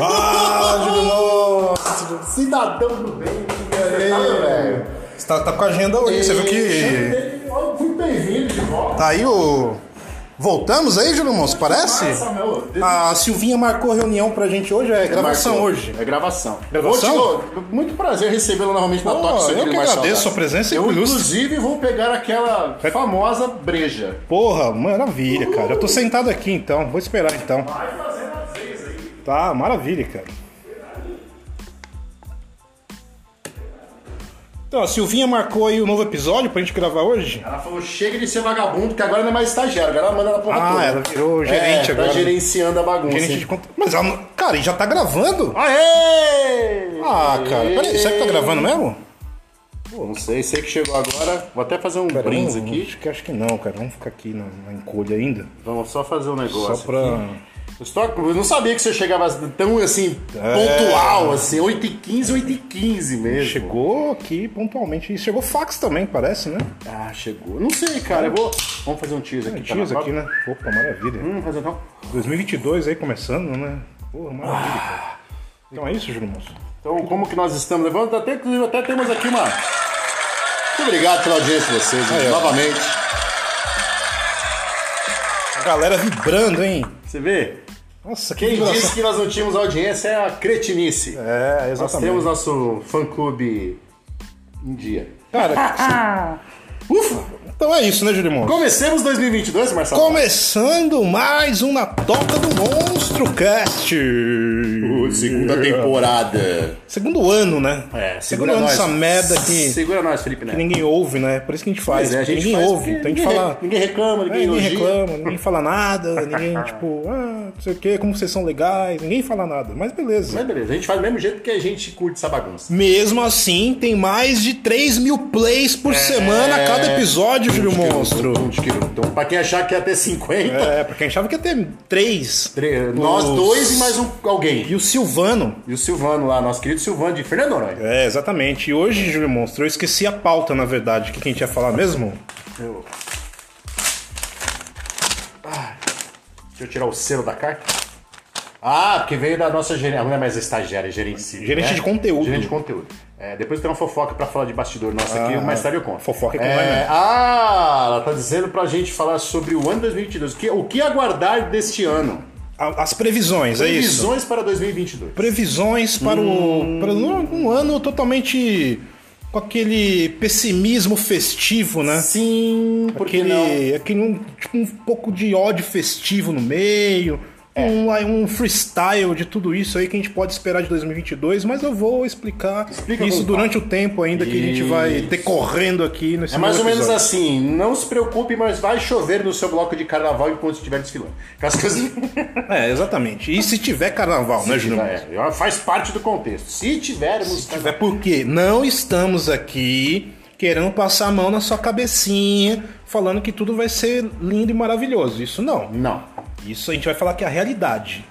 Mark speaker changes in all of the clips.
Speaker 1: Ah, Jubilão!
Speaker 2: Cidadão do bem, que você tá, meu velho.
Speaker 1: Você tá, tá com a agenda hoje, você viu que.
Speaker 2: Chantei, ó, Muito bem-vindo de volta.
Speaker 1: Tá aí o. Voltamos aí, Júlio Monso, parece?
Speaker 2: Nossa, meu, Deus.
Speaker 1: A Silvinha marcou reunião pra gente hoje, é gravação
Speaker 2: Marcou.
Speaker 1: hoje.
Speaker 2: É gravação.
Speaker 1: Gravação?
Speaker 2: Ô, Tio, muito prazer recebê-lo novamente na
Speaker 1: Pô,
Speaker 2: Toque Seu
Speaker 1: eu
Speaker 2: Filho
Speaker 1: que
Speaker 2: Mais
Speaker 1: agradeço
Speaker 2: Saudável.
Speaker 1: sua presença
Speaker 2: Eu,
Speaker 1: ilustre.
Speaker 2: inclusive, vou pegar aquela famosa breja.
Speaker 1: Porra, maravilha, cara. Eu tô sentado aqui então, vou esperar então.
Speaker 2: Vai fazendo às vezes aí.
Speaker 1: Tá, maravilha, cara. Então, a Silvinha marcou aí o novo episódio pra gente gravar hoje.
Speaker 2: Ela falou, chega de ser vagabundo, que agora não é mais estagiário, agora ela manda na porra
Speaker 1: Ah,
Speaker 2: toda.
Speaker 1: ela virou gerente
Speaker 2: é,
Speaker 1: agora.
Speaker 2: Tá gerenciando a bagunça.
Speaker 1: Gerente
Speaker 2: hein?
Speaker 1: de conta- Mas ela não... Cara, e já tá gravando?
Speaker 2: Aê!
Speaker 1: Ah, cara, peraí, será que tá gravando mesmo?
Speaker 2: Pô, não sei, sei que chegou agora. Vou até fazer um
Speaker 1: Pera,
Speaker 2: brinde
Speaker 1: não,
Speaker 2: aqui.
Speaker 1: Acho que, acho que não, cara. Vamos ficar aqui na, na encolha ainda.
Speaker 2: Vamos só fazer um negócio.
Speaker 1: só pra.
Speaker 2: Eu só- eu não sabia que você chegava tão assim, pontual, assim, 8h15, 8h15 mesmo.
Speaker 1: É. Chegou aqui pontualmente. E chegou fax também, parece, né?
Speaker 2: Ah, chegou. Não sei, cara. Eu vou. Vamos fazer um cheers aqui. tá
Speaker 1: Dias
Speaker 2: na
Speaker 1: aqui, né? Opa, maravilha.
Speaker 2: Hum, fazer então.
Speaker 1: 2022 aí começando, né? Porra, maravilha, cara. Então é isso, Júlio Monstro.
Speaker 2: Então, como que nós estamos levando? Até, inclusive, até temos aqui uma. Muito obrigado pela audiência de vocês, gente,
Speaker 1: Aí, ó.
Speaker 2: novamente.
Speaker 1: A galera vibrando, hein?
Speaker 2: Você vê?
Speaker 1: Nossa, que
Speaker 2: Quem
Speaker 1: vibração.
Speaker 2: disse que nós não tínhamos audiência é a cretinice.
Speaker 1: É,
Speaker 2: nós
Speaker 1: exatamente.
Speaker 2: temos nosso fã-clube um dia.
Speaker 1: Cara,
Speaker 2: Ufa!
Speaker 1: então é isso, né, Júlio Monstro?
Speaker 2: Comecemos 2022, Marcelo.
Speaker 1: Começando mais um Na Toca do Monstro Cast.
Speaker 2: Segunda temporada.
Speaker 1: Segundo ano, né?
Speaker 2: É,
Speaker 1: Segundo
Speaker 2: segura
Speaker 1: ano
Speaker 2: nós.
Speaker 1: essa merda que
Speaker 2: Segura nós, Felipe Neto.
Speaker 1: ninguém ouve, né? Por isso que a gente faz.
Speaker 2: Pois é, a
Speaker 1: porque
Speaker 2: gente
Speaker 1: ninguém
Speaker 2: faz
Speaker 1: ouve.
Speaker 2: porque
Speaker 1: Então a gente
Speaker 2: ninguém-
Speaker 1: fala.
Speaker 2: Ninguém reclama,
Speaker 1: É,
Speaker 2: ninguém
Speaker 1: ninguém
Speaker 2: elogia.
Speaker 1: reclama, ninguém fala nada, ninguém, tipo, ah, não sei o que, como vocês são legais, ninguém fala nada, mas beleza.
Speaker 2: Mas beleza, a gente faz do mesmo jeito que a gente curte essa bagunça.
Speaker 1: Mesmo assim, tem mais de 3 mil plays por
Speaker 2: É.
Speaker 1: semana a cada episódio, Júlio Monstro.
Speaker 2: Então, pra quem achar que ia ter 50,
Speaker 1: É, porque a gente achava que ia ter 3.
Speaker 2: tre- nós dois e mais um alguém.
Speaker 1: E o Silvano.
Speaker 2: E o Silvano lá, nosso querido Silvano de Fernando Noronha.
Speaker 1: É, exatamente. E hoje, Júlio Monstro, eu esqueci a pauta, na verdade. O que que a gente ia falar mesmo?
Speaker 2: Eu- Ah, Deixa eu tirar o selo da carta. Ah, porque veio da nossa gerente. Não é mais estagiária, é gerente civil,
Speaker 1: Gerente
Speaker 2: né?
Speaker 1: de conteúdo.
Speaker 2: Gerente de conteúdo. É, depois tem uma fofoca pra falar de bastidor nossa aqui,
Speaker 1: Ah,
Speaker 2: mais tarde eu conto.
Speaker 1: fofoca e conversa.
Speaker 2: é, Ah, ela tá dizendo pra gente falar sobre o ano 2022. O que, o que aguardar deste ano?
Speaker 1: A- As previsões, é isso.
Speaker 2: Previsões para 2022.
Speaker 1: previsões para, o, para um, um ano totalmente com aquele pessimismo festivo, né?
Speaker 2: Sim, porque
Speaker 1: aquele,
Speaker 2: não?
Speaker 1: aquele um, tipo, um pouco de ódio festivo no meio,
Speaker 2: É.
Speaker 1: um, um freestyle de tudo isso aí que a gente pode esperar de 2022, mas eu vou explicar
Speaker 2: Explica
Speaker 1: isso
Speaker 2: com
Speaker 1: durante o tempo ainda que a gente vai decorrendo aqui nesse
Speaker 2: É mais ou
Speaker 1: novo
Speaker 2: menos
Speaker 1: um episódio.
Speaker 2: assim, não se preocupe, mas vai chover no seu bloco de carnaval enquanto estiver desfilando. Com as coisas-
Speaker 1: É, exatamente. E se tiver carnaval, né, Júnior?
Speaker 2: É, faz parte do contexto. Se tivermos.
Speaker 1: É porque não estamos aqui querendo passar a mão na sua cabecinha, falando que tudo vai ser lindo e maravilhoso. Isso não.
Speaker 2: Não.
Speaker 1: Isso a gente vai falar que é a realidade.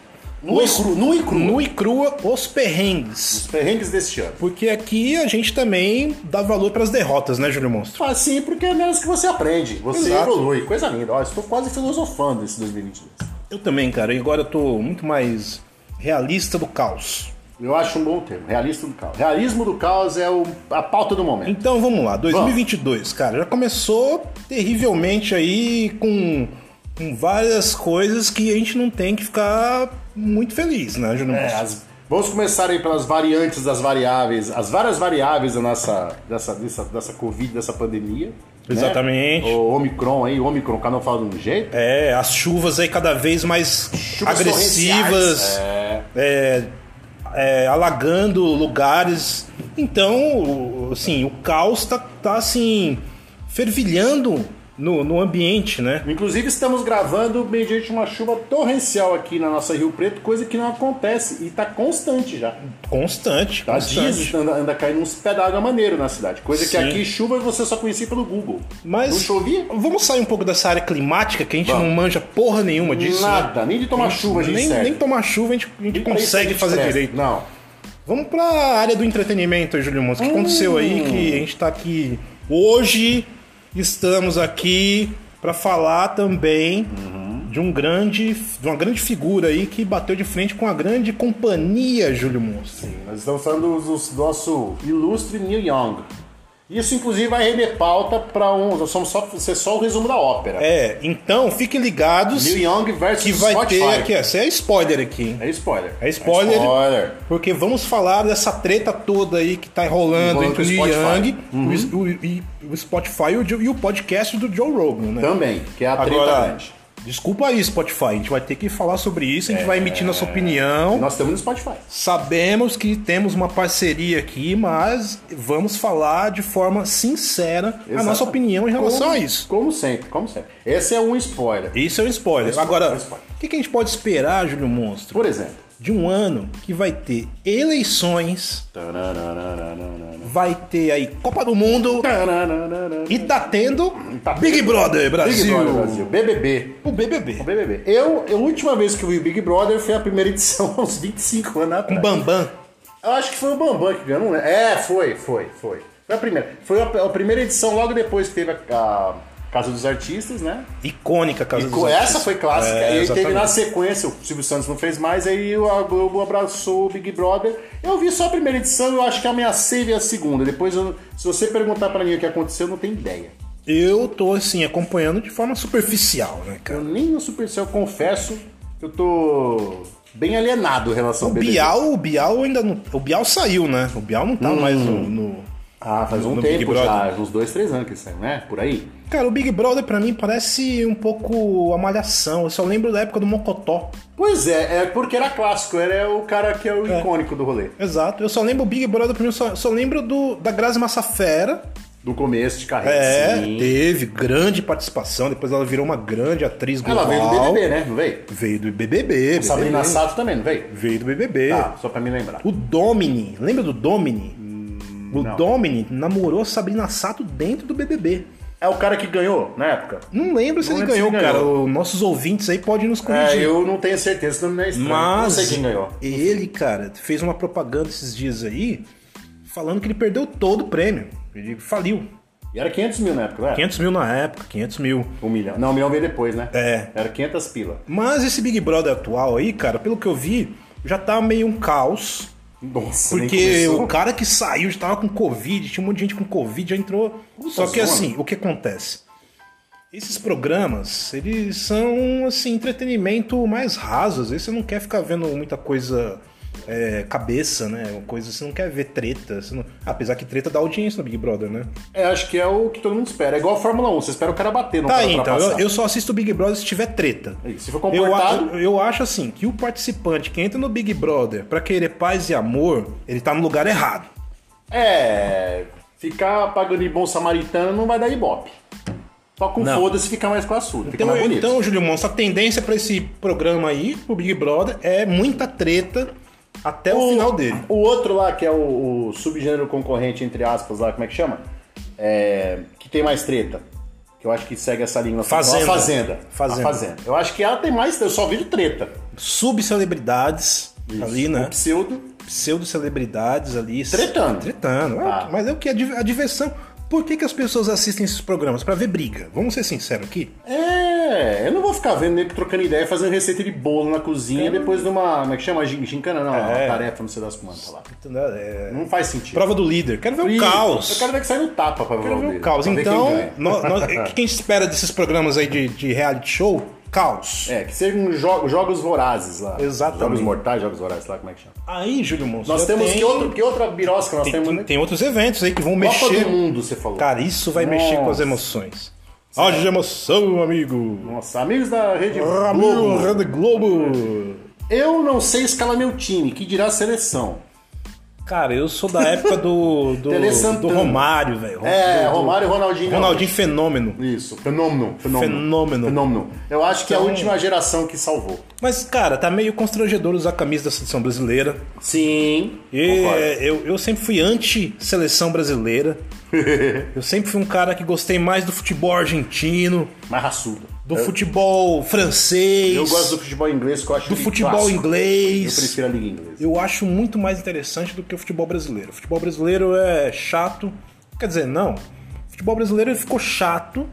Speaker 2: Nua e cru- nua e crua.
Speaker 1: Nua e crua, os perrengues.
Speaker 2: Os perrengues deste ano.
Speaker 1: Porque aqui a gente também dá valor pras derrotas, né, Júlio Monstro?
Speaker 2: Faz Sim, porque é menos que você aprende. Você
Speaker 1: Exato.
Speaker 2: evolui. Coisa linda. Ó, estou quase filosofando esse 2022.
Speaker 1: Eu também, cara. E agora eu tô muito mais realista do caos.
Speaker 2: Eu acho um bom termo. Realista do caos. Realismo do caos é o- a pauta do momento.
Speaker 1: Então vamos lá, 2022, cara, já começou terrivelmente aí com, com várias coisas que a gente não tem que ficar muito feliz, né, Júnior?
Speaker 2: É,
Speaker 1: Monstro?
Speaker 2: as- Vamos começar aí pelas variantes das variáveis, as várias variáveis da nossa, dessa, dessa, dessa Covid, dessa pandemia. né?
Speaker 1: Exatamente.
Speaker 2: O Omicron aí, Omicron, cada um fala de um jeito.
Speaker 1: É, as chuvas aí cada vez mais
Speaker 2: Chuvas
Speaker 1: agressivas, é, é, alagando lugares. Então, o- assim, o caos tá, tá assim, fervilhando no, no ambiente, né?
Speaker 2: Inclusive, estamos gravando mediante uma chuva torrencial aqui na nossa Rio Preto, coisa que não acontece e tá constante já.
Speaker 1: Constante,
Speaker 2: Há
Speaker 1: constante.
Speaker 2: dias Tá anda, anda caindo uns pé d'água maneiro na cidade, coisa que
Speaker 1: Sim.
Speaker 2: aqui chuva você só conhecia pelo Google.
Speaker 1: Mas
Speaker 2: Não chovia?
Speaker 1: vamos sair um pouco dessa área climática que a gente não manja porra nenhuma disso. né?
Speaker 2: Nada, nem de tomar chuva a gente
Speaker 1: nem,
Speaker 2: serve.
Speaker 1: nem tomar chuva a gente, a gente
Speaker 2: Nem pra isso a
Speaker 1: consegue
Speaker 2: gente
Speaker 1: fazer
Speaker 2: presta.
Speaker 1: direito.
Speaker 2: Não.
Speaker 1: Vamos pra área do entretenimento, Júlio Montes. O que aconteceu
Speaker 2: Hum.
Speaker 1: aí que a gente tá aqui hoje? Estamos aqui pra falar também
Speaker 2: Uhum.
Speaker 1: de um grande, de uma grande figura aí que bateu de frente com a grande companhia Júlio Monstro.
Speaker 2: Sim, nós estamos falando do, do nosso ilustre Neil Young. Isso, inclusive, vai render pauta para um. Nós somos só, ser só o resumo da ópera.
Speaker 1: É, então fiquem ligados.
Speaker 2: Neil Young versus
Speaker 1: que vai
Speaker 2: Spotify.
Speaker 1: ter aqui, essa é spoiler aqui. hein?
Speaker 2: É spoiler.
Speaker 1: É spoiler,
Speaker 2: É spoiler.
Speaker 1: porque vamos falar dessa treta toda aí que tá enrolando
Speaker 2: Enrolando
Speaker 1: entre o
Speaker 2: com o
Speaker 1: Neil
Speaker 2: Spotify. Uhum.
Speaker 1: Young, o es- o, e- o Spotify e o, Jo- e o podcast do Joe Rogan, né?
Speaker 2: Também, que é a treta
Speaker 1: Agora,
Speaker 2: grande. É.
Speaker 1: desculpa aí, Spotify, a gente vai ter que falar sobre isso, a gente vai emitir nossa opinião.
Speaker 2: Nós estamos no Spotify.
Speaker 1: Sabemos que temos uma parceria aqui, mas vamos falar de forma sincera a
Speaker 2: Exatamente.
Speaker 1: nossa opinião em relação
Speaker 2: Como-
Speaker 1: a isso.
Speaker 2: Como sempre, como sempre. Esse é um spoiler.
Speaker 1: Isso é um spoiler.
Speaker 2: Isso é um
Speaker 1: Agora,
Speaker 2: spoiler.
Speaker 1: o que, que a gente pode esperar, Júlio Monstro?
Speaker 2: Por exemplo.
Speaker 1: De um ano que vai ter eleições,
Speaker 2: Tarararararararara.
Speaker 1: vai ter aí Copa do Mundo
Speaker 2: Tarararararara.
Speaker 1: e tá tendo
Speaker 2: Tá.
Speaker 1: Big Brother Brasil.
Speaker 2: Big Brother Brasil. BBB.
Speaker 1: O BBB.
Speaker 2: O BBB. Eu, eu- a última vez que eu vi o Big Brother foi a primeira edição, uns 25 anos
Speaker 1: Com
Speaker 2: atrás.
Speaker 1: Um Bambam.
Speaker 2: Eu acho que foi o Bambam que ganhou, né? É, foi, foi, foi. Foi a primeira. Foi a, a primeira edição logo depois que teve a, a Casa dos Artistas, né?
Speaker 1: Icônica Casa
Speaker 2: E
Speaker 1: dos
Speaker 2: com- essa
Speaker 1: Artistas.
Speaker 2: foi clássica.
Speaker 1: É,
Speaker 2: e aí teve
Speaker 1: exatamente.
Speaker 2: na sequência, o Silvio Santos não fez mais, aí a Globo abraçou o Big Brother. Eu vi só a primeira edição, eu acho que ameacei ver a segunda. Depois, eu- se você perguntar pra mim o que aconteceu, eu não tenho ideia.
Speaker 1: Eu tô, assim, acompanhando de forma superficial, né, cara?
Speaker 2: Eu nem no Supercell confesso que eu tô bem alienado em relação
Speaker 1: O
Speaker 2: ao BBB.
Speaker 1: Bial, o Bial ainda não. O Bial saiu, né? O Bial não tá mais no, no-
Speaker 2: Hum. Ah, faz
Speaker 1: No-
Speaker 2: um
Speaker 1: no Big
Speaker 2: tempo já,
Speaker 1: Brother.
Speaker 2: uns dois, três anos que isso saiu, né? Por aí.
Speaker 1: Cara, o Big Brother pra mim parece um pouco a malhação. Eu só lembro da época do Mocotó.
Speaker 2: Pois é, é porque era clássico, era o cara que é o icônico do rolê.
Speaker 1: Exato. Eu só lembro o Big Brother pra mim, eu só, só lembro do, da Grazi Massafera.
Speaker 2: Do começo de carreira,
Speaker 1: É,
Speaker 2: sim.
Speaker 1: teve grande participação. Depois ela virou uma grande atriz global.
Speaker 2: Ela veio do BBB, né? Não veio?
Speaker 1: Veio do BBB.
Speaker 2: Sabrina
Speaker 1: BBB.
Speaker 2: Sato também, não veio?
Speaker 1: Veio do BBB.
Speaker 2: Tá, só pra me lembrar.
Speaker 1: O Domini, lembra do Domini? o
Speaker 2: Hum, não.
Speaker 1: Domini namorou Sabrina Sato dentro do BBB.
Speaker 2: É o cara que ganhou na época?
Speaker 1: Não lembro se
Speaker 2: Não
Speaker 1: ele
Speaker 2: lembro se
Speaker 1: ganhou,
Speaker 2: ele
Speaker 1: cara.
Speaker 2: ganhou.
Speaker 1: Os nossos ouvintes aí podem nos
Speaker 2: É,
Speaker 1: corrigir.
Speaker 2: eu não tenho certeza, não é estranho. Não
Speaker 1: Mas
Speaker 2: sei quem ganhou.
Speaker 1: ele, cara, fez uma propaganda esses dias aí falando que ele perdeu todo o prêmio. Ele faliu.
Speaker 2: E era 500 mil na época, não era?
Speaker 1: 500 mil na época, 500 mil.
Speaker 2: Um milhão. Não, um milhão veio depois, né?
Speaker 1: É.
Speaker 2: Era 500 pila.
Speaker 1: Mas esse Big Brother atual aí, cara, pelo que eu vi, já tá meio um caos.
Speaker 2: Nossa, nem
Speaker 1: Porque
Speaker 2: começou.
Speaker 1: o cara que saiu já tava com Covid, tinha um monte de gente com Covid, já entrou. Só que
Speaker 2: zona.
Speaker 1: assim, o que acontece? Esses programas, eles são, assim, entretenimento mais raso. Às vezes você não quer ficar vendo muita coisa é, cabeça, né? Uma coisa, você não quer ver treta. você não- Apesar que treta dá audiência no Big Brother, né?
Speaker 2: É, acho que é o que todo mundo espera. É igual a Fórmula 1, você espera o cara bater, não
Speaker 1: Tá
Speaker 2: o cara
Speaker 1: aí, então. Eu,
Speaker 2: ultrapassar.
Speaker 1: eu só assisto o Big Brother se tiver treta.
Speaker 2: Se for
Speaker 1: Eu, a-
Speaker 2: comportado,
Speaker 1: eu acho assim, que o participante que entra no Big Brother pra querer paz e amor, ele tá no lugar errado.
Speaker 2: é... Ficar pagando de bom samaritano não vai dar ibope. Só com
Speaker 1: Não.
Speaker 2: foda-se fica mais classudo, fica
Speaker 1: Então,
Speaker 2: mais bonito.
Speaker 1: então, Júlio Monstro, a tendência pra esse programa aí, pro Big Brother, é muita treta até o, final dele.
Speaker 2: O outro lá, que é o, o subgênero concorrente, entre aspas, lá, como é que chama? É, que tem mais treta. Que eu acho que segue essa língua.
Speaker 1: Fazenda.
Speaker 2: A fazenda.
Speaker 1: Fazenda.
Speaker 2: A fazenda. Eu acho que ela tem mais treta, eu só vejo treta.
Speaker 1: Subcelebridades ali,
Speaker 2: O
Speaker 1: né?
Speaker 2: pseudo.
Speaker 1: Pseudo-celebridades ali.
Speaker 2: Tretando.
Speaker 1: Tretando. É,
Speaker 2: Ah.
Speaker 1: Mas é o que? A div- a diversão. Por que, que as pessoas assistem esses programas? Pra ver briga. Vamos ser sinceros aqui.
Speaker 2: É, eu não vou ficar vendo nego trocando ideia, fazendo receita de bolo na cozinha, depois de uma. Como é que chama? Gin- Gincana? Não,
Speaker 1: É.
Speaker 2: uma tarefa, não sei das quantas lá.
Speaker 1: É,
Speaker 2: Não faz sentido.
Speaker 1: Prova do líder. Quero ver o
Speaker 2: Ih,
Speaker 1: caos.
Speaker 2: Eu quero ver que sai no tapa pra ver
Speaker 1: Quero ver
Speaker 2: dele,
Speaker 1: o caos.
Speaker 2: pra ver quem
Speaker 1: Então,
Speaker 2: ganha.
Speaker 1: nó- nó- o que a gente espera desses programas aí de, de reality show? Caos.
Speaker 2: É, que sejam jo jogos vorazes lá.
Speaker 1: Exatamente.
Speaker 2: Jogos mortais, jogos vorazes lá, como é que chama?
Speaker 1: Aí, Júlio Monstro.
Speaker 2: Nós
Speaker 1: já
Speaker 2: temos
Speaker 1: tem-
Speaker 2: que, outro, que outra birosca nós
Speaker 1: Tem,
Speaker 2: temos,
Speaker 1: tem-
Speaker 2: né?
Speaker 1: tem outros eventos aí que vão
Speaker 2: Copa
Speaker 1: mexer.
Speaker 2: do Mundo, você falou.
Speaker 1: Cara, isso vai mexer com as
Speaker 2: Nossa.
Speaker 1: emoções. Haja de emoção, amigo.
Speaker 2: Nossa, amigos da Rede
Speaker 1: Ramiro
Speaker 2: Globo.
Speaker 1: Rede Globo.
Speaker 2: Eu não sei escalar meu time, que dirá a seleção.
Speaker 1: Cara, eu sou da época do, do,
Speaker 2: Tele Santana.
Speaker 1: do Romário, velho.
Speaker 2: É,
Speaker 1: Do- do
Speaker 2: Romário e Ronaldinho.
Speaker 1: Ronaldinho Fenômeno.
Speaker 2: Isso, fenômeno, fenômeno.
Speaker 1: Fenômeno.
Speaker 2: Fenômeno. Eu acho que é a
Speaker 1: Então-
Speaker 2: última geração que salvou.
Speaker 1: Mas, cara, tá meio constrangedor usar a camisa da seleção brasileira.
Speaker 2: Sim.
Speaker 1: E,
Speaker 2: concordo.
Speaker 1: é, eu, eu sempre fui anti-seleção brasileira. eu sempre fui um cara que gostei mais do futebol argentino,
Speaker 2: Mais raçudo.
Speaker 1: do futebol francês,
Speaker 2: Eu gosto do futebol inglês, que eu acho
Speaker 1: do
Speaker 2: ele
Speaker 1: futebol
Speaker 2: clássico. Eu
Speaker 1: inglês.
Speaker 2: prefiro a liga inglesa.
Speaker 1: eu acho muito mais interessante do que o futebol brasileiro. O futebol brasileiro é chato. Quer dizer, não. O futebol brasileiro ele ficou chato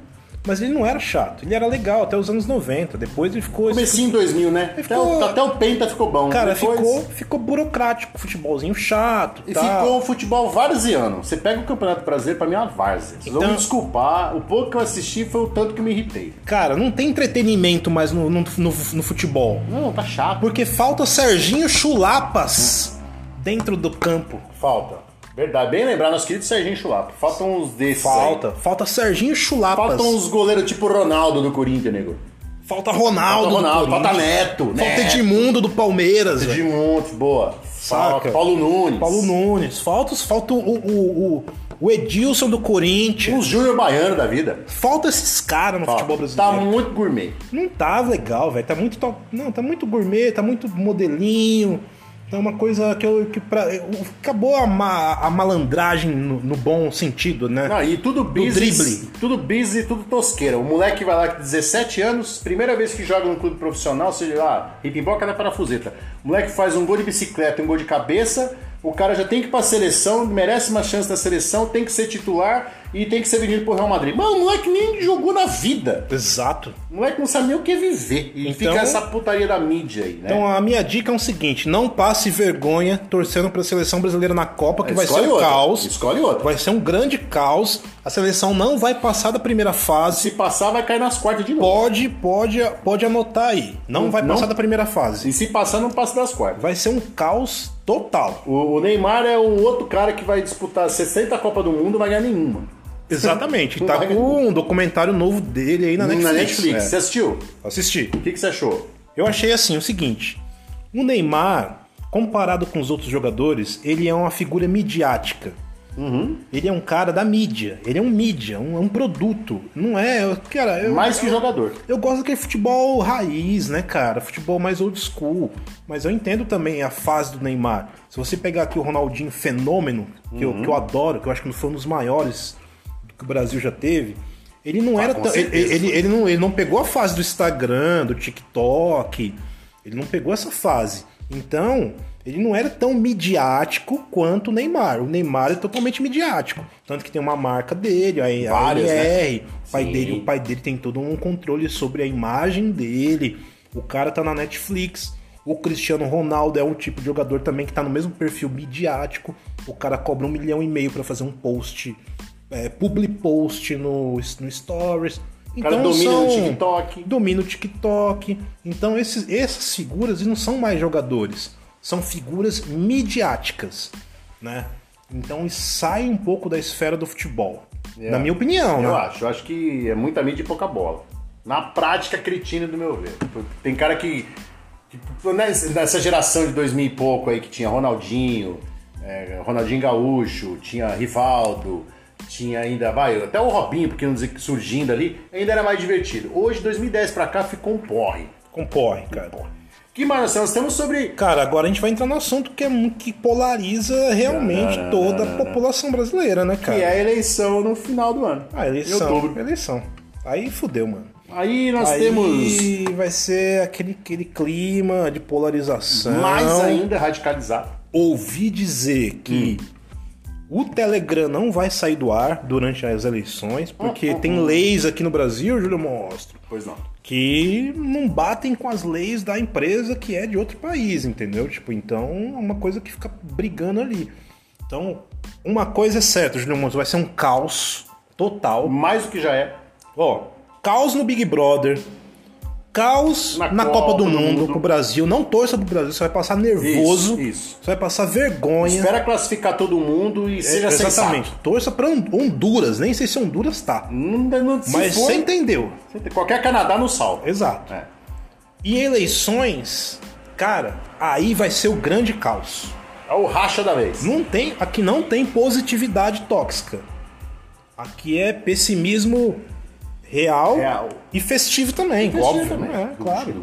Speaker 1: Mas ele não era chato, ele era legal até os anos 90. Depois ele ficou.
Speaker 2: Comecinho em 2000, né? Até,
Speaker 1: ficou-
Speaker 2: o, até o Penta ficou bom.
Speaker 1: Cara,
Speaker 2: Depois-
Speaker 1: ficou, Tá. ficou burocrático, futebolzinho chato.
Speaker 2: E
Speaker 1: tal.
Speaker 2: ficou um futebol varziano. Você pega o Campeonato Brasileiro, pra mim é uma várzea. Vocês vão
Speaker 1: Então-
Speaker 2: me desculpar, o pouco que eu assisti foi o tanto que me irritei.
Speaker 1: Cara, não tem entretenimento mais no, no, no- no futebol.
Speaker 2: Não, tá chato.
Speaker 1: Porque falta Serginho Chulapas dentro do campo.
Speaker 2: Falta. Verdade, bem lembrar, nosso querido Serginho Chulapa. Faltam uns desses.
Speaker 1: Falta. Falta Serginho
Speaker 2: aí.
Speaker 1: Chulapas.
Speaker 2: Faltam uns goleiros tipo Ronaldo do Corinthians, nego.
Speaker 1: Falta Ronaldo.
Speaker 2: Falta
Speaker 1: do
Speaker 2: Ronaldo, falta
Speaker 1: Corinthians.
Speaker 2: Neto.
Speaker 1: Falta né?
Speaker 2: Neto.
Speaker 1: Edmundo do Palmeiras. velho.
Speaker 2: Edmundo, boa.
Speaker 1: Saca.
Speaker 2: Falta Paulo Nunes.
Speaker 1: Paulo Nunes. Falta, falta o, o, o, o Edilson do Corinthians.
Speaker 2: Uns Júnior Baiano da vida.
Speaker 1: Falta esses caras no
Speaker 2: Falta.
Speaker 1: futebol
Speaker 2: Tá
Speaker 1: brasileiro.
Speaker 2: muito gourmet.
Speaker 1: Não tá legal, velho. Tá muito top. Não, tá muito gourmet, tá muito modelinho. Tá uma coisa que eu. Que pra... eu- Acabou a, ma- a malandragem no, no bom sentido, né?
Speaker 2: Não, e tudo busy,
Speaker 1: drible.
Speaker 2: tudo busy, tudo tosqueira. O moleque vai lá com 17 anos, primeira vez que joga num clube profissional, seja lá, ripimboca na parafuseta. O moleque faz um gol de bicicleta, um gol de cabeça, o cara já tem que ir pra seleção, merece uma chance na seleção, tem que ser titular e tem que ser vendido pro Real Madrid. Mano, o moleque nem jogou na vida.
Speaker 1: Exato.
Speaker 2: O moleque não sabe nem o que é viver. E
Speaker 1: Então-
Speaker 2: fica essa putaria da mídia aí, né?
Speaker 1: Então a minha dica é o seguinte: não passe vergonha torcendo pra seleção brasileira na Copa, que vai ser
Speaker 2: Escolhe
Speaker 1: um
Speaker 2: outra.
Speaker 1: caos.
Speaker 2: Escolhe outra.
Speaker 1: Vai ser um grande caos. A seleção não vai passar da primeira fase.
Speaker 2: Se passar, vai cair nas quartas de novo.
Speaker 1: Pode, pode, pode anotar aí. Não vai
Speaker 2: não-
Speaker 1: passar da primeira fase.
Speaker 2: E se passar, não passa das quartas.
Speaker 1: Vai ser um caos total.
Speaker 2: O, o Neymar é o outro cara que vai disputar 60 Copa do Mundo, não vai ganhar nenhuma.
Speaker 1: Exatamente.
Speaker 2: Não
Speaker 1: tá
Speaker 2: vai-
Speaker 1: com um documentário novo dele aí na Netflix.
Speaker 2: na Netflix. Você
Speaker 1: É.
Speaker 2: assistiu?
Speaker 1: Assisti.
Speaker 2: O que, que você achou?
Speaker 1: Eu achei assim o seguinte: o Neymar, comparado com os outros jogadores, ele é uma figura midiática.
Speaker 2: Uhum.
Speaker 1: Ele é um cara da mídia. Ele é um mídia, um, é um produto. Não é. eu- Cara, eu,
Speaker 2: Mais que jogador.
Speaker 1: eu gosto daquele futebol raiz, né, cara? Futebol mais old school. Mas eu entendo também a fase do Neymar. Se você pegar aqui o Ronaldinho Fenômeno, que, eu, que
Speaker 2: Uhum.
Speaker 1: eu adoro, que eu acho que foi um dos maiores que o Brasil já teve, ele não era
Speaker 2: Ah, com
Speaker 1: tão. Ele,
Speaker 2: certeza.
Speaker 1: ele- ele não, ele não pegou a fase do Instagram, do TikTok. Ele não pegou essa fase. Então, ele não era tão midiático quanto o Neymar. O Neymar é totalmente midiático. Tanto que tem uma marca dele, a, a
Speaker 2: Várias, né?
Speaker 1: LR, o pai
Speaker 2: Sim.
Speaker 1: dele, o pai dele tem todo um controle sobre a imagem dele. O cara tá na Netflix. O Cristiano Ronaldo é um tipo de jogador também que tá no mesmo perfil midiático. O cara cobra um milhão e meio pra fazer um post, é, public post no, no Stories.
Speaker 2: O
Speaker 1: Então
Speaker 2: cara domina
Speaker 1: são,
Speaker 2: no TikTok.
Speaker 1: domina o TikTok. Então esses, essas figuras eles não são mais jogadores, são figuras midiáticas, né? Então sai um pouco da esfera do futebol, na minha opinião, né?
Speaker 2: É. Eu acho. Eu acho que é muita mídia e pouca bola. Na prática, cretina do meu ver. Tem cara que. que nessa nessa geração de 2000 e pouco aí que tinha Ronaldinho, é, Ronaldinho Gaúcho, tinha Rivaldo, tinha ainda. Vai, até o Robinho, porque não dizer que surgindo ali, ainda era mais divertido. Hoje, 2010 pra cá, ficou um porre.
Speaker 1: Comporre, cara.
Speaker 2: Que mais nós temos sobre
Speaker 1: Cara, agora a gente vai entrar no assunto que é mu- que polariza realmente toda a população brasileira, né, cara?
Speaker 2: que é a eleição no final do ano.
Speaker 1: Ah,
Speaker 2: Em
Speaker 1: eleição.
Speaker 2: outubro.
Speaker 1: Eleição. Aí fudeu, mano.
Speaker 2: Aí nós
Speaker 1: Aí
Speaker 2: temos
Speaker 1: vai ser aquele, aquele clima de polarização.
Speaker 2: mais ainda Hum. radicalizado.
Speaker 1: Ouvi dizer que o Telegram não vai sair do ar durante as eleições, porque
Speaker 2: Hum, hum,
Speaker 1: tem leis aqui no Brasil, Júlio Mostro,
Speaker 2: Pois não.
Speaker 1: que não batem com as leis da empresa que é de outro país, entendeu? Tipo, então é uma coisa que fica brigando ali. Então, uma coisa é certa, Júlio Mostro, vai ser um caos total.
Speaker 2: Mais do que já é.
Speaker 1: Ó, caos no Big Brother. Caos na,
Speaker 2: Na
Speaker 1: Copa, do,
Speaker 2: Copa do
Speaker 1: Mundo,
Speaker 2: Mundo.
Speaker 1: pro Brasil. Não torça pro Brasil, você vai passar nervoso.
Speaker 2: Isso, isso.
Speaker 1: Você vai passar vergonha. É,
Speaker 2: Espera classificar todo mundo e seja
Speaker 1: Exatamente.
Speaker 2: sensato.
Speaker 1: Torça pra Hon- Honduras. Nem sei se Honduras tá.
Speaker 2: Não, não, se
Speaker 1: Mas
Speaker 2: for,
Speaker 1: você entendeu.
Speaker 2: Qualquer Canadá não salva.
Speaker 1: Exato.
Speaker 2: É.
Speaker 1: E eleições, cara, aí vai ser o grande caos.
Speaker 2: É o racha da vez.
Speaker 1: Não tem, aqui não tem positividade tóxica. Aqui é pessimismo real,
Speaker 2: Real.
Speaker 1: e festivo também, óbvio.
Speaker 2: né?
Speaker 1: É, claro.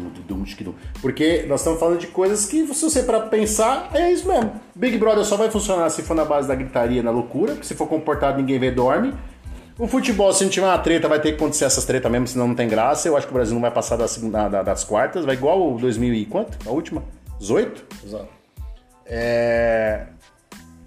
Speaker 2: Porque nós estamos falando de coisas que, se você para pensar, é isso mesmo. Big Brother só vai funcionar se for na base da gritaria, na loucura, porque se for comportado, ninguém vê, dorme. O futebol, se não tiver uma treta, vai ter que acontecer essas tretas mesmo, senão não tem graça. Eu acho que o Brasil não vai passar da segunda- da- das quartas, vai igual o 2000 e quanto? A última? 18? Exato. É...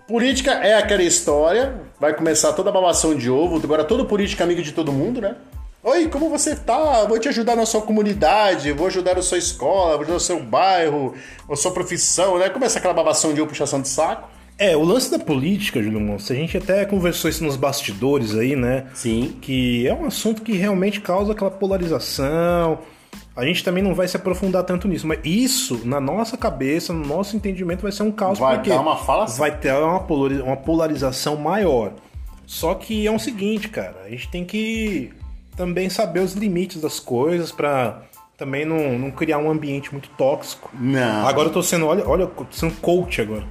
Speaker 2: Política é aquela história, vai começar toda a babação de ovo, agora todo político é amigo de todo mundo, né? Oi, como você tá? Vou te ajudar na sua comunidade, vou ajudar na sua escola, vou ajudar no seu bairro, na sua profissão, né? Começa aquela babação de um puxação de saco.
Speaker 1: É, o lance da política, Júlio Montes, a gente até conversou isso nos bastidores aí, né?
Speaker 2: Sim.
Speaker 1: Que é um assunto que realmente causa aquela polarização. A gente também não vai se aprofundar tanto nisso, mas isso, na nossa cabeça, no nosso entendimento, vai ser um caos.
Speaker 2: Vai
Speaker 1: porque
Speaker 2: dar uma falação.
Speaker 1: Vai ter uma polari- uma polarização maior. Só que é o seguinte, cara, a gente tem que também saber os limites das coisas pra também não, não criar um ambiente muito tóxico.
Speaker 2: Não.
Speaker 1: Agora eu tô sendo, olha, olha, eu tô sendo coach agora.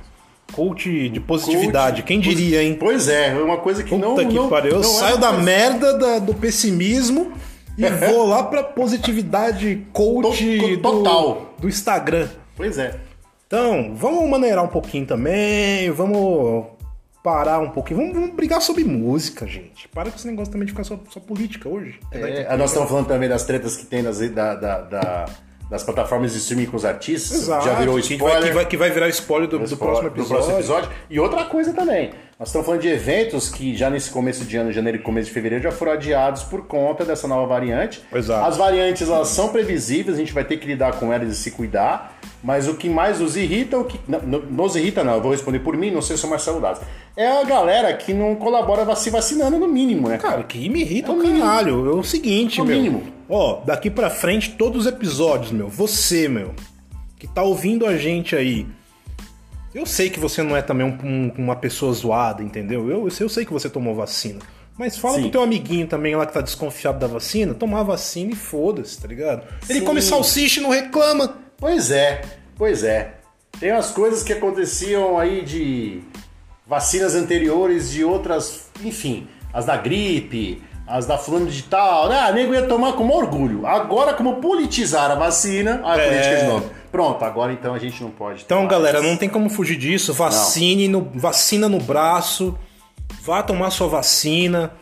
Speaker 1: Coach de positividade,
Speaker 2: Coach-
Speaker 1: quem diria, hein?
Speaker 2: Pois é, é uma coisa que
Speaker 1: Puta
Speaker 2: não.
Speaker 1: que
Speaker 2: não,
Speaker 1: pariu. Eu
Speaker 2: não é
Speaker 1: saio da
Speaker 2: mais-
Speaker 1: merda da- do pessimismo e vou lá pra positividade coach
Speaker 2: To-
Speaker 1: do-
Speaker 2: total.
Speaker 1: do Instagram.
Speaker 2: Pois é.
Speaker 1: Então, vamos maneirar um pouquinho também, vamos parar um pouquinho, vamos, vamos brigar sobre música, gente. Para com esse negócio também de ficar só, só política hoje.
Speaker 2: É, nós estamos falando também das tretas que tem nas, da- da- da- das plataformas de streaming com os artistas.
Speaker 1: Exato.
Speaker 2: Já virou
Speaker 1: que
Speaker 2: spoiler.
Speaker 1: vai, que, vai, que vai virar spoiler do, do próximo
Speaker 2: do
Speaker 1: episódio.
Speaker 2: próximo episódio. E outra coisa também, nós estamos falando de eventos que já nesse começo de ano, janeiro e começo de fevereiro, já foram adiados por conta dessa nova variante.
Speaker 1: Exato.
Speaker 2: As variantes elas são previsíveis, a gente vai ter que lidar com elas e se cuidar. Mas o que mais nos irrita, o que não, não- nos irrita não, eu vou responder por mim, não sei se eu Marcelo Daz. É a galera que não colabora va- se vacinando no mínimo, né?
Speaker 1: Cara, que me irrita
Speaker 2: É o
Speaker 1: o
Speaker 2: mínimo.
Speaker 1: caralho. É o seguinte,
Speaker 2: É o
Speaker 1: meu.
Speaker 2: mínimo.
Speaker 1: Ó, daqui pra frente, todos os episódios, meu. Você, meu, que tá ouvindo a gente aí. Eu sei que você não é também um- um- uma pessoa zoada, entendeu? Eu, eu sei que você tomou vacina. Mas fala
Speaker 2: Sim.
Speaker 1: pro teu amiguinho também lá que tá desconfiado da vacina, tomar a vacina e foda-se, tá ligado? Ele
Speaker 2: Sim.
Speaker 1: come salsicha e não reclama.
Speaker 2: Pois é, pois é. Tem umas coisas que aconteciam aí de vacinas anteriores, de outras, enfim, as da gripe, as da fulano de tal. Ah, nego ia tomar com orgulho. Agora, como politizar a vacina. Ah, é política de novo. Pronto, agora então a gente não pode.
Speaker 1: Então,
Speaker 2: tomar
Speaker 1: galera,
Speaker 2: mais.
Speaker 1: não tem como fugir disso. Vacine no, vacina no braço, vá tomar sua vacina.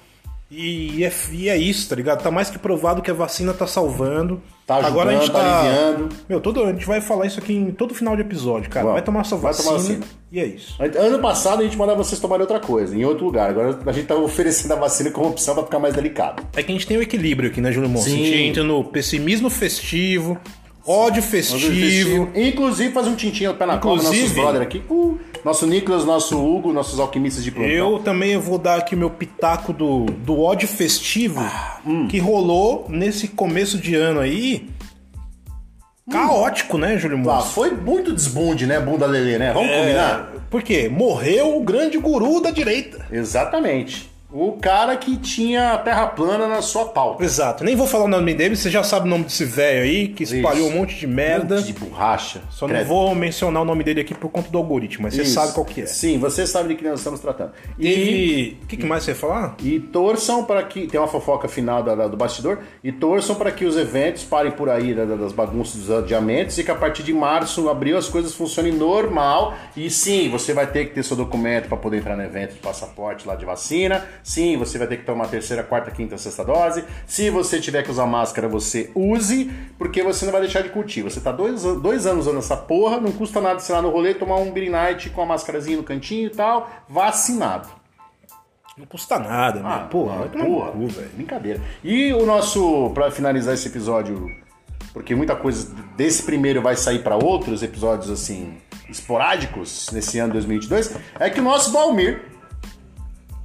Speaker 1: E é, e é isso, tá ligado? Tá mais que provado que a vacina tá salvando.
Speaker 2: Tá ajudando,
Speaker 1: Agora a gente
Speaker 2: tá
Speaker 1: tá.
Speaker 2: aliviando.
Speaker 1: Meu, todo, a gente vai falar isso aqui em todo final de episódio, cara.
Speaker 2: Vamos.
Speaker 1: Vai tomar sua
Speaker 2: Vai
Speaker 1: vacina,
Speaker 2: tomar vacina.
Speaker 1: E é isso.
Speaker 2: Ano passado a gente mandava vocês tomarem outra coisa, em outro lugar. Agora a gente tá oferecendo a vacina como opção pra ficar mais delicado.
Speaker 1: É que a gente tem o equilíbrio aqui, né, Júlio Montes? A gente
Speaker 2: Sim.
Speaker 1: entra no pessimismo festivo, ódio festivo.
Speaker 2: um Inclusive, faz um tintinho ao pé na cola, nossos
Speaker 1: Inclusive-
Speaker 2: brother aqui. Uh, nosso Nicolas, nosso Hugo, nossos alquimistas de plantão.
Speaker 1: Eu também vou dar aqui meu pitaco do, do ódio festivo
Speaker 2: Ah, hum.
Speaker 1: que rolou nesse começo de ano aí.
Speaker 2: Hum.
Speaker 1: Caótico, né, Júlio
Speaker 2: Ah,
Speaker 1: Moço?
Speaker 2: foi muito desbunde, né, bunda Lelê, né?
Speaker 1: É.
Speaker 2: Vamos combinar?
Speaker 1: Por quê? Morreu o grande guru da direita.
Speaker 2: Exatamente. O cara que tinha a terra plana na sua pauta.
Speaker 1: Exato. Nem vou falar o nome dele, você já sabe o nome desse velho aí, que espalhou
Speaker 2: Isso.
Speaker 1: um monte de merda.
Speaker 2: De borracha.
Speaker 1: Só não
Speaker 2: Credo.
Speaker 1: vou mencionar o nome dele aqui por conta do algoritmo, mas você
Speaker 2: Isso.
Speaker 1: sabe qual que é.
Speaker 2: Sim, você sabe de que nós estamos tratando. E,
Speaker 1: Teve. O que, que mais você ia falar?
Speaker 2: e torçam para que. Tem uma fofoca final da- da- do bastidor. E torçam para que os eventos parem por aí né, da- da- das bagunças dos adiamentos e que a partir de março, abril, as coisas funcionem normal. E sim, você vai ter que ter seu documento para poder entrar no evento de passaporte lá de vacina. Sim, você vai ter que tomar a terceira, quarta, quinta, sexta dose. Se você tiver que usar máscara, você use, porque você não vai deixar de curtir. Você tá dois, an- dois anos usando essa porra, não custa nada sei lá no rolê, tomar um Green Night com a máscarazinha no cantinho e tal, vacinado.
Speaker 1: Não custa nada, né?
Speaker 2: Ah,
Speaker 1: porra,
Speaker 2: ah,
Speaker 1: vai tomar
Speaker 2: porra,
Speaker 1: no cu, velho.
Speaker 2: Brincadeira. E o nosso, pra finalizar esse episódio, porque muita coisa desse primeiro vai sair pra outros episódios assim esporádicos nesse ano 2022, é que o nosso Valmir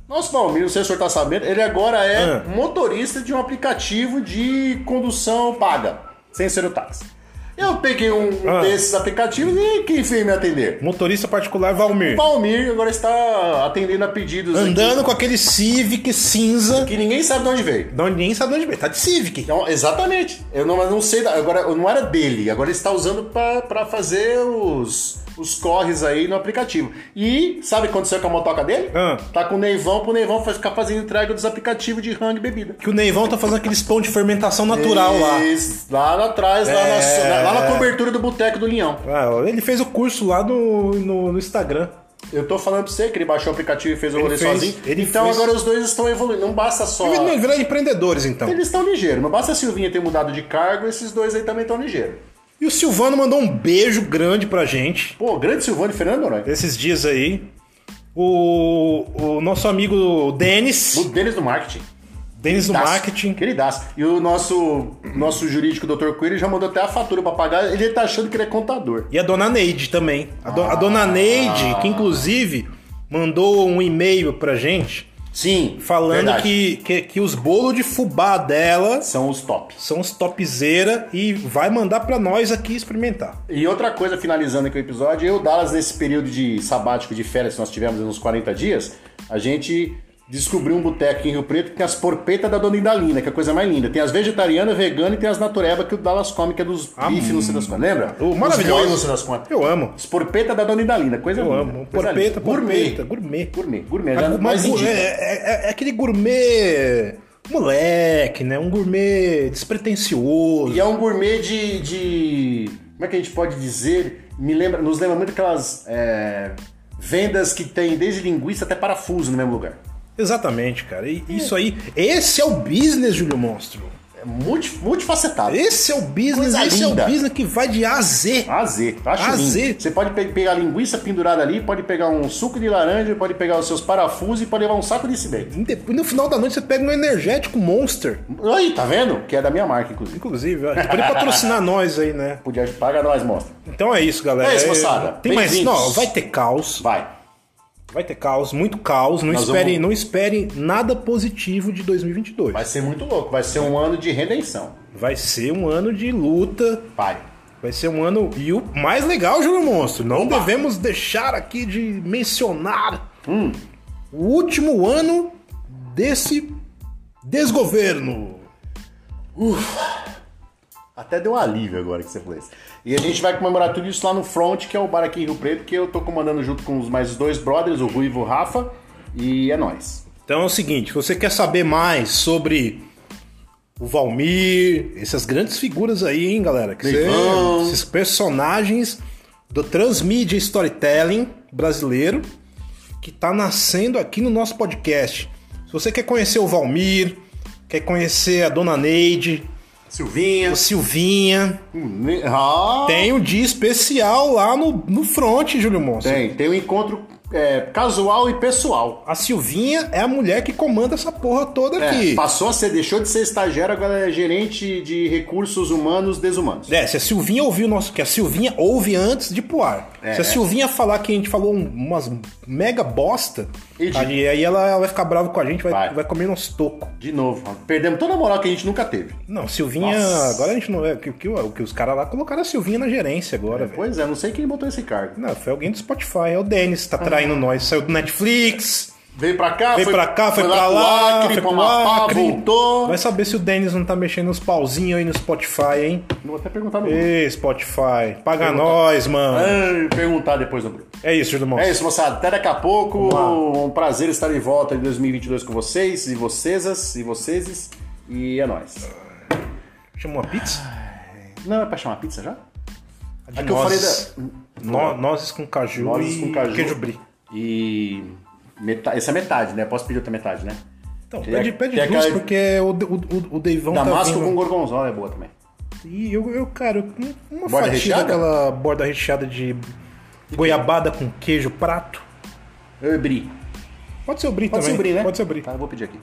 Speaker 2: nosso Valmir, não sei se o senhor tá sabendo, ele agora é
Speaker 1: Ah.
Speaker 2: motorista de um aplicativo de condução paga, sem ser o táxi. Eu peguei um
Speaker 1: Ah.
Speaker 2: desses aplicativos e quem veio me atender?
Speaker 1: Motorista particular Valmir.
Speaker 2: Valmir agora está atendendo a pedidos aqui,
Speaker 1: Andando com aquele Civic cinza.
Speaker 2: que ninguém sabe de onde veio.
Speaker 1: Não, ninguém sabe de onde veio. Tá de Civic.
Speaker 2: Então, exatamente. Eu não, eu não sei. da- Agora, eu não era dele. Agora ele está usando para fazer os, os corres aí no aplicativo. E sabe o que aconteceu com a motoca dele?
Speaker 1: Ah.
Speaker 2: Tá com o Neivão pro Neivão fa- ficar fazendo entrega dos aplicativos de rango e bebida.
Speaker 1: Que o Neivão tá fazendo aqueles pão de fermentação natural lá.
Speaker 2: Isso, lá. Lá atrás, lá, na, so-
Speaker 1: É.
Speaker 2: lá na cobertura do Boteco do Leão.
Speaker 1: Ah, ele fez o curso lá no, no, no Instagram.
Speaker 2: Eu tô falando pra você que ele baixou o aplicativo e fez o
Speaker 1: Ele
Speaker 2: rolê
Speaker 1: fez-
Speaker 2: sozinho.
Speaker 1: ele
Speaker 2: então
Speaker 1: fez-
Speaker 2: agora os dois estão evoluindo. Não basta só.
Speaker 1: Ele não virar empreendedores, então.
Speaker 2: Eles estão ligeiros. Não basta a Silvinha ter mudado de cargo, esses dois aí também estão ligeiros.
Speaker 1: E o Silvano mandou um beijo grande pra gente.
Speaker 2: Pô, grande Silvano e Fernando Noronha.
Speaker 1: Esses dias aí. O, o nosso amigo Denis.
Speaker 2: O Denis do Um marketing.
Speaker 1: Denis do marketing.
Speaker 2: Queridaço. E o nosso, nosso jurídico, Dr. Coelho, já mandou até a fatura pra pagar. Ele tá achando que ele é contador.
Speaker 1: E a dona Neide também. A, do- a dona Neide, que inclusive mandou um e-mail pra gente
Speaker 2: Sim.
Speaker 1: falando
Speaker 2: verdade.
Speaker 1: que, que, que os bolos de fubá dela
Speaker 2: São os tops.
Speaker 1: são os topzera e vai mandar pra nós aqui experimentar.
Speaker 2: E outra coisa, finalizando aqui o episódio, eu e o Dallas, nesse período de sabático de férias que nós tivemos uns 40 dias, a gente descobriu um boteco em Rio Preto que tem as porpetas da Dona Indalina, que é a coisa mais linda. Tem as vegetarianas, veganas e tem as natureba que o Dallas come, que é dos
Speaker 1: Ah,
Speaker 2: bife, não sei
Speaker 1: hum.
Speaker 2: das quantas. Lembra?
Speaker 1: O
Speaker 2: Os
Speaker 1: maravilhoso.
Speaker 2: bois, não sei das quantas.
Speaker 1: Eu amo.
Speaker 2: As porpetas da Dona Indalina, coisa
Speaker 1: Eu
Speaker 2: linda.
Speaker 1: amo.
Speaker 2: coisa
Speaker 1: Porpeta,
Speaker 2: linda. gourmet.
Speaker 1: porpeta, gourmet.
Speaker 2: Gourmet, gourmet.
Speaker 1: Mas
Speaker 2: Já
Speaker 1: É gourmet-
Speaker 2: mais indica.
Speaker 1: é, é- é aquele gourmet moleque, né? Um gourmet despretensioso.
Speaker 2: E é um gourmet de, de- Como é que a gente pode dizer? Me lembra, nos lembra muito aquelas é, vendas que tem desde linguiça até parafuso no mesmo lugar.
Speaker 1: Exatamente, cara. E isso aí, esse é o business, Júlio Monstro.
Speaker 2: É multi, multifacetado.
Speaker 1: Esse é o business,
Speaker 2: Coisa
Speaker 1: esse é
Speaker 2: linda.
Speaker 1: o business que vai de A a Z.
Speaker 2: A Z, acho
Speaker 1: A
Speaker 2: lindo.
Speaker 1: Z.
Speaker 2: Você pode pe- pegar linguiça pendurada ali, pode pegar um suco de laranja, pode pegar os seus parafusos e pode levar um saco de cimento.
Speaker 1: E depois, no final da noite você pega um energético Monster.
Speaker 2: Aí, tá vendo? Que é da minha marca, inclusive.
Speaker 1: Inclusive, ó, que poderia patrocinar nós aí, né?
Speaker 2: Podia pagar nós, mostra.
Speaker 1: Então é isso, galera.
Speaker 2: É isso, moçada.
Speaker 1: Tem mais.
Speaker 2: Bem-vindos.
Speaker 1: Não, vai ter caos.
Speaker 2: Vai.
Speaker 1: Vai ter caos, muito caos. Não
Speaker 2: Nós
Speaker 1: esperem,
Speaker 2: vamos-
Speaker 1: não esperem nada positivo de 2022.
Speaker 2: Vai ser muito louco. Vai ser um ano de redenção.
Speaker 1: Vai ser um ano de luta.
Speaker 2: Vai.
Speaker 1: Vai ser um ano. E o mais legal, Júlio Monstro, não devemos deixar aqui de mencionar
Speaker 2: Hum.
Speaker 1: o último ano desse desgoverno.
Speaker 2: Até deu um alívio agora que você falou isso. E a gente vai comemorar tudo isso lá no Front, que é o bar aqui em Rio Preto, que eu tô comandando junto com os mais dois brothers, o Ruivo e o Rafa, e é nóis.
Speaker 1: Então é o seguinte: você quer saber mais sobre o Valmir, essas grandes figuras aí, hein, galera? Que cê-
Speaker 2: Leivão.
Speaker 1: esses personagens do transmídia storytelling brasileiro que tá nascendo aqui no nosso podcast. Se você quer conhecer o Valmir, quer conhecer a Dona Neide,
Speaker 2: Silvinha.
Speaker 1: o Silvinha,
Speaker 2: Ah, tem.
Speaker 1: tem um dia especial lá no, no front, Júlio Monstro.
Speaker 2: tem. um encontro é, casual e pessoal.
Speaker 1: A Silvinha é a mulher que comanda essa porra toda
Speaker 2: É,
Speaker 1: aqui.
Speaker 2: passou a ser, deixou de ser estagiário, agora é gerente de recursos humanos desumanos.
Speaker 1: É, se a Silvinha ouvir o nosso. Que a Silvinha ouve antes de pular.
Speaker 2: É.
Speaker 1: Se a Silvinha falar que a gente falou um- umas mega bosta,
Speaker 2: E de-
Speaker 1: ali, aí ela, ela vai ficar brava com a gente, vai, vai.
Speaker 2: Vai.
Speaker 1: comer nos tocos.
Speaker 2: De novo, perdemos toda a moral que a gente nunca teve.
Speaker 1: Não, Silvinha.
Speaker 2: Nossa.
Speaker 1: Agora a gente não. é O que, o que- o que os caras lá colocaram a Silvinha na gerência agora, velho.
Speaker 2: Pois é, não sei quem botou esse cargo.
Speaker 1: Não, foi alguém do Spotify, é o Denis, tá traindo nós. Saiu do Netflix,
Speaker 2: Veio pra cá,
Speaker 1: veio
Speaker 2: Ah, foi
Speaker 1: pra cá, foi, pra
Speaker 2: pro
Speaker 1: lá,
Speaker 2: Acre,
Speaker 1: foi
Speaker 2: pra
Speaker 1: pro
Speaker 2: Amapá,
Speaker 1: Acre.
Speaker 2: voltou.
Speaker 1: Vai saber se o Denis não tá mexendo nos pauzinhos aí no Spotify, hein?
Speaker 2: Vou até perguntar no
Speaker 1: Ei, Spotify, paga nós, mano.
Speaker 2: Ai, Perguntar depois no grupo.
Speaker 1: É isso, irmão.
Speaker 2: Ah. É isso, moçada. Até daqui a pouco.
Speaker 1: lá.
Speaker 2: Um prazer estar de volta em 2022 com vocês e vocês e vocês. E é nóis.
Speaker 1: Chamou uma pizza?
Speaker 2: Não, é pra chamar pizza já?
Speaker 1: A
Speaker 2: É que eu falei
Speaker 1: da... nozes com caju
Speaker 2: Nozes
Speaker 1: e
Speaker 2: com caju.
Speaker 1: queijo brie.
Speaker 2: E. Meta... Essa é metade, né? Posso pedir outra metade, né?
Speaker 1: Então,
Speaker 2: Tem
Speaker 1: pede,
Speaker 2: a-
Speaker 1: pede
Speaker 2: tem
Speaker 1: duas,
Speaker 2: aquela-
Speaker 1: porque o, o, o, o Deivão
Speaker 2: Damasco
Speaker 1: tá
Speaker 2: com
Speaker 1: vindo.
Speaker 2: gorgonzola é boa também.
Speaker 1: E eu, eu, cara, eu- uma
Speaker 2: Borda
Speaker 1: fatia
Speaker 2: recheada?
Speaker 1: daquela borda recheada de goiabada com queijo prato.
Speaker 2: Eu e Bri.
Speaker 1: Pode ser o brie
Speaker 2: Pode
Speaker 1: também.
Speaker 2: É ser o Bri, né?
Speaker 1: Pode ser o brie.
Speaker 2: Tá, eu vou pedir aqui.